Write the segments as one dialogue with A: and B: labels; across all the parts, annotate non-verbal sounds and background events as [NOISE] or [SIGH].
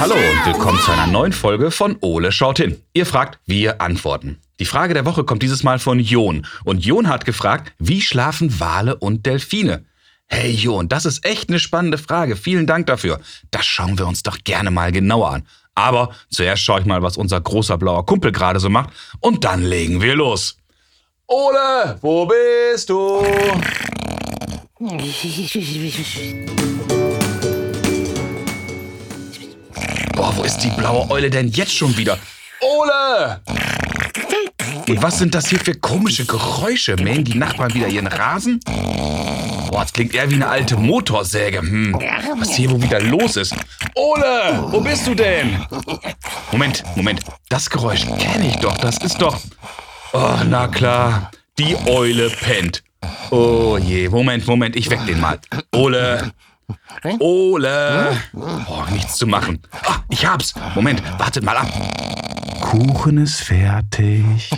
A: Hallo und willkommen zu einer neuen Folge von Ole schaut hin. Ihr fragt, wir antworten. Die Frage der Woche kommt dieses Mal von Jon. Und Jon hat gefragt, wie schlafen Wale und Delfine? Hey Jon, das ist echt eine spannende Frage. Vielen Dank dafür. Das schauen wir uns doch gerne mal genauer an. Aber zuerst schaue ich mal, was unser großer blauer Kumpel gerade so macht. Und dann legen wir los. Ole, wo bist du? Boah, wo ist die blaue Eule denn jetzt schon wieder? Ole! Und was sind das hier für komische Geräusche? Mähen die Nachbarn wieder ihren Rasen? Boah, das klingt eher wie eine alte Motorsäge. Hm, was hier wohl wieder los ist? Ole, wo bist du denn? Moment, Moment. Das Geräusch kenne ich doch. Das ist doch... Oh, na klar. Die Eule pennt. Oh je, Moment, Moment. Ich weck den mal. Ole, Ole! Oh, nichts zu machen. Ah, ich hab's. Moment, wartet mal ab. Kuchen ist fertig.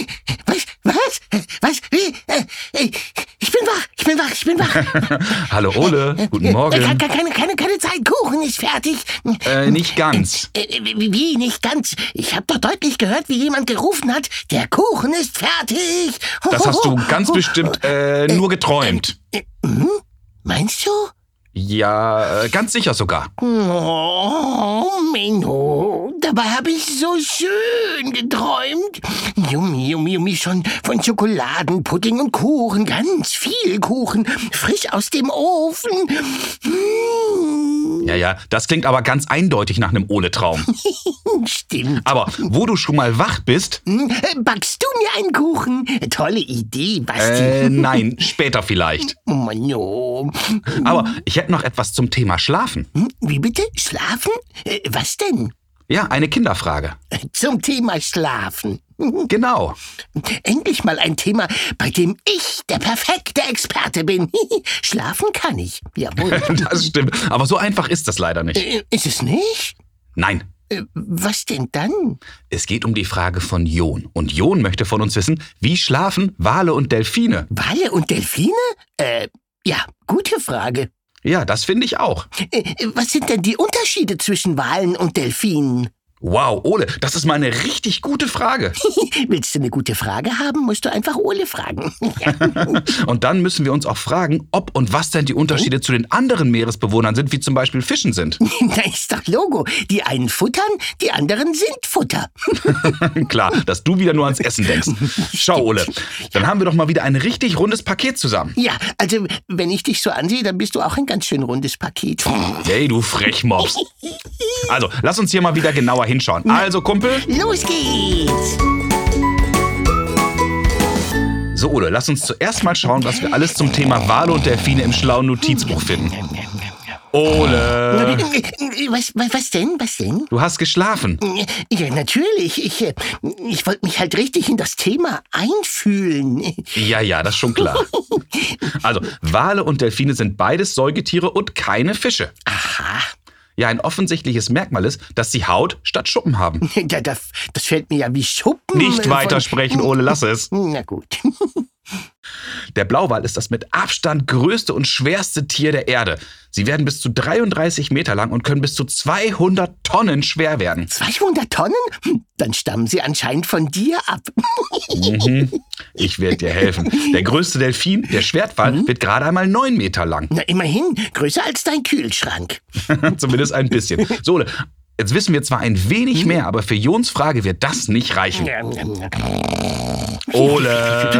A: [LAUGHS]
B: Was? Was? Was? Wie? Äh, äh, Ich bin wach, ich bin wach, ich bin wach.
A: Hallo Ole, guten [LAUGHS]
B: Äh,
A: Morgen.
B: ke- Keine, keine, keine Zeit, Kuchen ist fertig.
A: Äh, nicht ganz.
B: Äh, äh, Wie, wie, nicht ganz? Ich habe doch deutlich gehört, wie jemand gerufen hat, der Kuchen ist fertig. Ho,
A: Das
B: ho,
A: hast du
B: ho. [LAUGHS]
A: ganz
B: Ho.
A: bestimmt äh, nur geträumt.
B: Meinst du?
A: Ja, äh, ganz sicher sogar.
B: Oh, Menno, dabei habe ich so schön geträumt. Yummy, yummy, yummy, schon von Schokoladenpudding und Kuchen, ganz viel Kuchen, frisch aus dem Ofen. Mm,
A: Ja, ja, das klingt aber ganz eindeutig nach einem Ole-Traum.
B: stimmt.
A: Aber wo du schon mal wach bist,
B: Mm, Backst du mir einen Kuchen? Tolle Idee, Basti.
A: äh, nein, später vielleicht.
B: Menno.
A: Aber ich hätte noch etwas zum Thema Schlafen.
B: Hm, Wie bitte? Schlafen? Äh, Was denn?
A: Ja, eine Kinderfrage.
B: Zum Thema Schlafen.
A: Genau. [LAUGHS]
B: Endlich mal ein Thema, bei dem ich der perfekte Experte bin. [LAUGHS] Schlafen kann ich. Jawohl.
A: [LAUGHS] Das stimmt. Aber so einfach ist das leider nicht.
B: Äh, Ist es nicht?
A: Nein.
B: Äh, Was denn dann?
A: Es geht um die Frage von Jon. Und Jon möchte von uns wissen, wie schlafen Wale und Delfine?
B: Wale und Delfine? Äh, ja, gute Frage.
A: Ja, das finde ich auch.
B: Äh, Was sind denn die Unterschiede zwischen Walen und Delfinen?
A: Wow, Ole, das ist mal eine richtig gute Frage.
B: Willst du eine gute Frage haben, musst du einfach Ole fragen. [LAUGHS]
A: Und dann müssen wir uns auch fragen, ob und was denn die Unterschiede zu den anderen Meeresbewohnern sind, wie zum Beispiel Fischen sind. [LAUGHS]
B: da ist doch Logo. Die einen futtern, die anderen sind Futter. [LAUGHS]
A: Klar, dass du wieder nur ans Essen denkst. Schau, Ole, dann haben wir doch mal wieder ein richtig rundes Paket zusammen.
B: Ja, also wenn ich dich so ansehe, dann bist du auch ein ganz schön rundes Paket. [LAUGHS]
A: Hey, du Frechmops. Also, lass uns hier mal wieder genauer hinschauen. Also, Kumpel.
B: Los geht's!
A: So, Ole, lass uns zuerst mal schauen, was wir alles zum Thema Wale und Delfine im schlauen Notizbuch finden. Ole,
B: Äh.
A: Äh.
B: Was, was, was denn? Was denn?
A: du hast geschlafen.
B: Ja, natürlich. Ich, äh, ich wollte mich halt richtig in das Thema einfühlen.
A: Ja, ja, das ist schon klar. Also, Wale und Delfine sind beides Säugetiere und keine Fische.
B: Aha.
A: Ja, ein offensichtliches Merkmal ist, dass sie Haut statt Schuppen haben.
B: Da, da, das fällt mir ja wie Schuppen. äh,
A: Nicht
B: von-
A: weitersprechen, Ole, lass es.
B: Na gut.
A: Der Blauwal ist das mit Abstand größte und schwerste Tier der Erde. Sie werden bis zu 33 Meter lang und können bis zu 200 Tonnen schwer werden.
B: 200 Tonnen? Hm, Dann stammen sie anscheinend von dir ab.
A: Ich werde dir helfen. Der größte Delfin, der Schwertwal, wird gerade einmal 9 Meter lang. [LAUGHS]
B: Na, immerhin, größer als dein Kühlschrank.
A: Zumindest ein bisschen. So, Ole, jetzt wissen wir zwar ein wenig mehr, aber für Jons Frage wird das nicht reichen.
B: Ja, [LAUGHS]
A: Ole!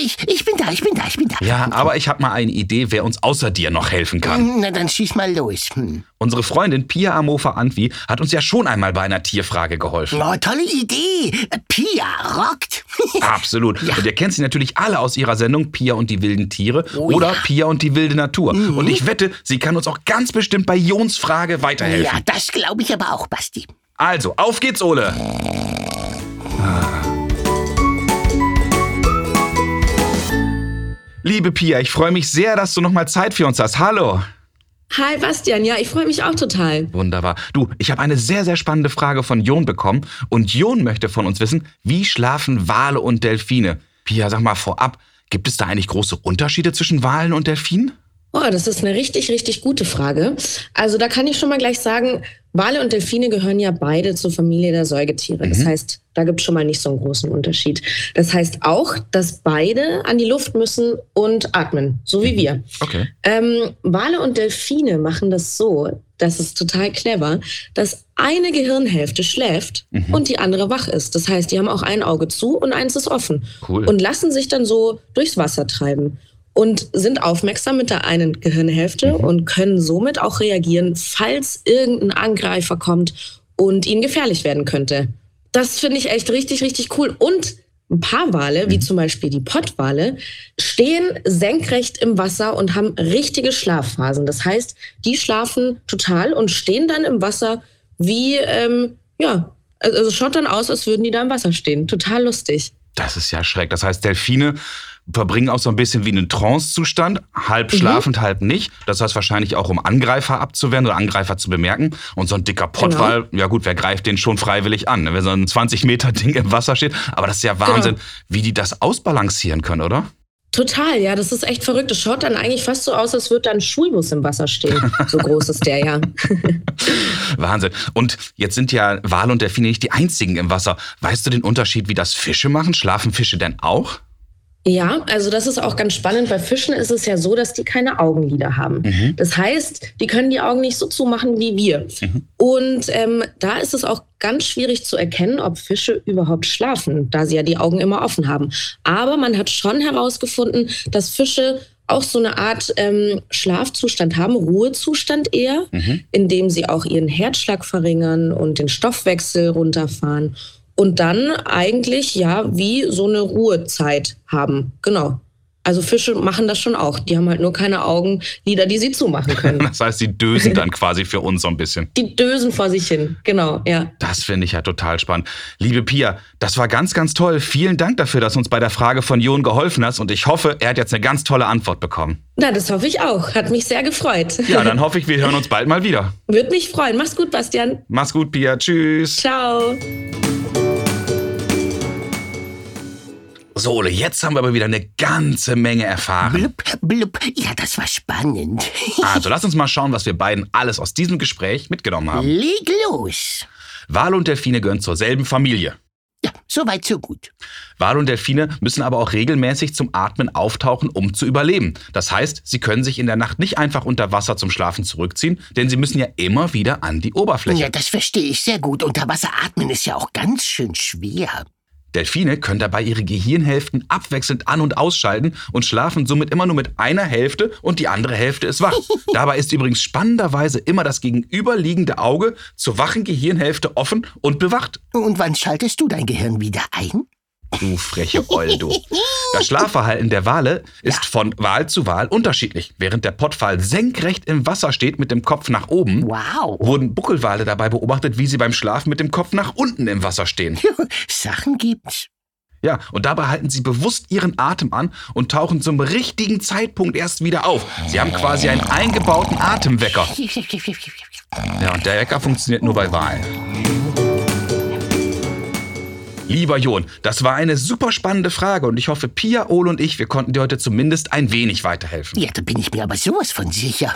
B: ich, ich bin da, ich bin da, ich bin da.
A: Äh. Ja, aber ich habe mal eine Idee, wer uns außer dir noch helfen kann.
B: Na, dann schieß mal los. Hm.
A: Unsere Freundin Pia Amofa Antwi hat uns ja schon einmal bei einer Tierfrage geholfen.
B: Oh, tolle Idee. Pia rockt.
A: Absolut. Und ihr kennt sie natürlich alle aus ihrer Sendung Pia und die wilden Tiere
B: Oh
A: oder
B: ja. Mhm.
A: Pia und die wilde Natur. Und ich wette, sie kann uns auch ganz bestimmt bei Jons Frage weiterhelfen.
B: ja, das glaube ich aber auch, Basti.
A: Also, auf geht's, Ole. Ah. Liebe Pia, ich freue mich sehr, dass du nochmal Zeit für uns hast. Hallo.
C: Hi Bastian, ja, ich freue mich auch total.
A: Wunderbar. Du, ich habe eine sehr, sehr spannende Frage von Jon bekommen. Und Jon möchte von uns wissen, wie schlafen Wale und Delfine? Pia, sag mal vorab, gibt es da eigentlich große Unterschiede zwischen Walen und Delfinen?
C: Oh, das ist eine richtig, richtig gute Frage. Also da kann ich schon mal gleich sagen, Wale und Delfine gehören ja beide zur Familie der Säugetiere. Das heißt, da gibt es schon mal nicht so einen großen Unterschied. Das heißt auch, dass beide an die Luft müssen und atmen, so wie wir.
A: Okay.
C: Ähm, Wale und Delfine machen das so, das ist total clever, dass eine Gehirnhälfte schläft und die andere wach ist. Das heißt, die haben auch ein Auge zu und eins ist offen.
A: Cool.
C: Und lassen sich dann so durchs Wasser treiben und sind aufmerksam mit der einen Gehirnhälfte und können somit auch reagieren, falls irgendein Angreifer kommt und ihnen gefährlich werden könnte. Das finde ich echt richtig, richtig cool. Und ein paar Wale, wie zum Beispiel die Pottwale, stehen senkrecht im Wasser und haben richtige Schlafphasen. Das heißt, die schlafen total und stehen dann im Wasser wie, ähm, ja, also also schaut dann aus, als würden die da im Wasser stehen. Total lustig.
A: Das ist ja schreck. Das heißt, Delfine verbringen auch so ein bisschen wie einen Trance-Zustand, halb schlafend, halb nicht. Das heißt wahrscheinlich auch, um Angreifer abzuwehren oder Angreifer zu bemerken. Und so ein dicker Pottwal, ja gut, wer greift den schon freiwillig an, ne? wenn so ein 20-Meter-Ding im Wasser steht. Aber das ist ja Wahnsinn, wie die das ausbalancieren können, oder?
C: Total, ja, das ist echt verrückt. Das schaut dann eigentlich fast so aus, als würde da ein Schulbus im Wasser stehen. So groß ist der ja.
A: Wahnsinn. Und jetzt sind ja Wale und Delfine nicht die einzigen im Wasser. Weißt du den Unterschied, wie das Fische machen? Schlafen Fische denn auch?
C: Ja, also das ist auch ganz spannend. Bei Fischen ist es ja so, dass die keine Augenlider haben. Das heißt, die können die Augen nicht so zumachen wie wir. Und ähm, da ist es auch ganz schwierig zu erkennen, ob Fische überhaupt schlafen, da sie ja die Augen immer offen haben. Aber man hat schon herausgefunden, dass Fische auch so eine Art ähm, Schlafzustand haben, Ruhezustand eher, indem sie auch ihren Herzschlag verringern und den Stoffwechsel runterfahren und dann eigentlich ja wie so eine Ruhezeit haben. Genau. Also Fische machen das schon auch. Die haben halt nur keine Augenlider, die sie
A: [LAUGHS]
C: zumachen können.
A: Das heißt, die dösen dann quasi für uns so ein bisschen.
C: Die dösen vor sich hin. Genau, ja.
A: Das finde ich ja total spannend. Liebe Pia, das war ganz, ganz toll. Vielen Dank dafür, dass du uns bei der Frage von Jon geholfen hast und ich hoffe, er hat jetzt eine ganz tolle Antwort bekommen.
C: Na, das hoffe ich auch. Hat mich sehr gefreut.
A: Ja, dann hoffe ich, wir hören uns bald mal wieder.
C: Würde mich freuen. Mach's gut, Bastian.
A: Mach's gut, Pia. Tschüss.
C: Ciao.
A: So, Ole, jetzt haben wir aber wieder eine ganze Menge erfahren.
B: Blub, blub. Ja, das war spannend. [LAUGHS]
A: Also lass uns mal schauen, was wir beiden alles aus diesem Gespräch mitgenommen haben.
B: Leg los.
A: Wale und Delfine gehören zur selben Familie.
B: Ja, soweit, so gut.
A: Wale und Delfine müssen aber auch regelmäßig zum Atmen auftauchen, um zu überleben. Das heißt, sie können sich in der Nacht nicht einfach unter Wasser zum Schlafen zurückziehen, denn sie müssen ja immer wieder an die Oberfläche.
B: Ja, das verstehe ich sehr gut. Unter Wasser atmen ist ja auch ganz schön schwer.
A: Delfine können dabei ihre Gehirnhälften abwechselnd an- und ausschalten und schlafen somit immer nur mit einer Hälfte und die andere Hälfte ist wach. dabei ist übrigens spannenderweise immer das gegenüberliegende Auge zur wachen Gehirnhälfte offen und bewacht.
B: Und wann schaltest du dein Gehirn wieder ein?
A: Du freche Eul, du. Das Schlafverhalten der Wale ist von Wal zu Wal unterschiedlich. Während der Pottwal senkrecht im Wasser steht mit dem Kopf nach oben,
B: Wow. [LAUGHS]
A: wurden Buckelwale dabei beobachtet, wie sie beim Schlafen mit dem Kopf nach unten im Wasser stehen.
B: Sachen gibt's. [LAUGHS]
A: Ja, und dabei halten sie bewusst ihren Atem an und tauchen zum richtigen Zeitpunkt erst wieder auf. Sie haben quasi einen eingebauten Atemwecker. Ja, und der Wecker funktioniert nur bei Wahlen. Lieber Jon, das war eine super spannende Frage und ich hoffe, Pia, Ole und ich, wir konnten dir heute zumindest ein wenig weiterhelfen.
B: Ja, da bin ich mir aber sowas von sicher.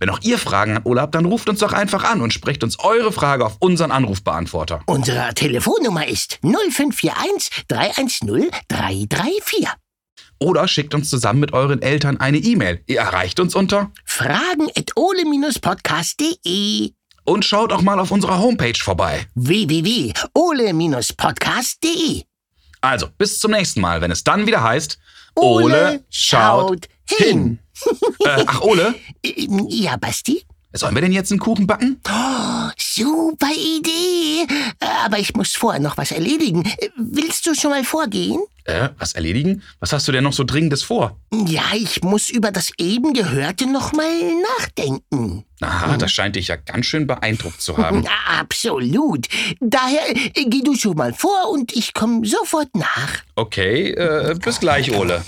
A: Wenn auch ihr Fragen an Ole habt, dann ruft uns doch einfach an und sprecht uns eure Frage auf unseren Anrufbeantworter.
B: Unsere Telefonnummer ist 0541 310 334.
A: Oder schickt uns zusammen mit euren Eltern eine E-Mail. Ihr erreicht uns unter
B: Fragen at ole-podcast.de
A: und schaut auch mal auf unserer Homepage vorbei.
B: www.ole-podcast.de
A: Also, bis zum nächsten Mal, wenn es dann wieder heißt,
B: Ole
A: Ole, schaut hin. [LAUGHS] äh, ach, Ole,
B: Ähm, Ja, Basti?
A: sollen wir denn jetzt einen Kuchen backen?
B: Super Idee. Aber ich muss vorher noch was erledigen. Willst du schon mal vorgehen?
A: Äh, was erledigen? Was hast du denn noch so Dringendes vor?
B: Ja, ich muss über das eben Gehörte noch mal nachdenken.
A: Aha, das scheint dich ja ganz schön beeindruckt zu
B: [LAUGHS]
A: haben.
B: Na, absolut. Daher äh, geh du schon mal vor und ich komme sofort nach. [LAUGHS]
A: Okay, äh, bis gleich, Ole.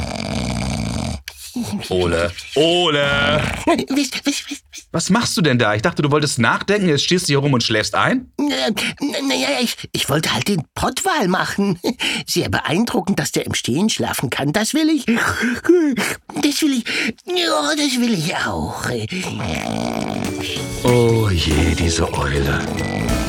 A: Ole, Ole!
B: Wisch, wisch, wisch, wisch.
A: Was machst du denn da? Ich dachte, du wolltest nachdenken, jetzt stehst du hier rum und schläfst ein.
B: Äh, Naja, ich, ich wollte halt den Pottwal machen. Sehr beeindruckend, dass der im Stehen schlafen kann. Das will ich. Das will ich. Ja, das will ich auch.
A: Oh je, diese Eule.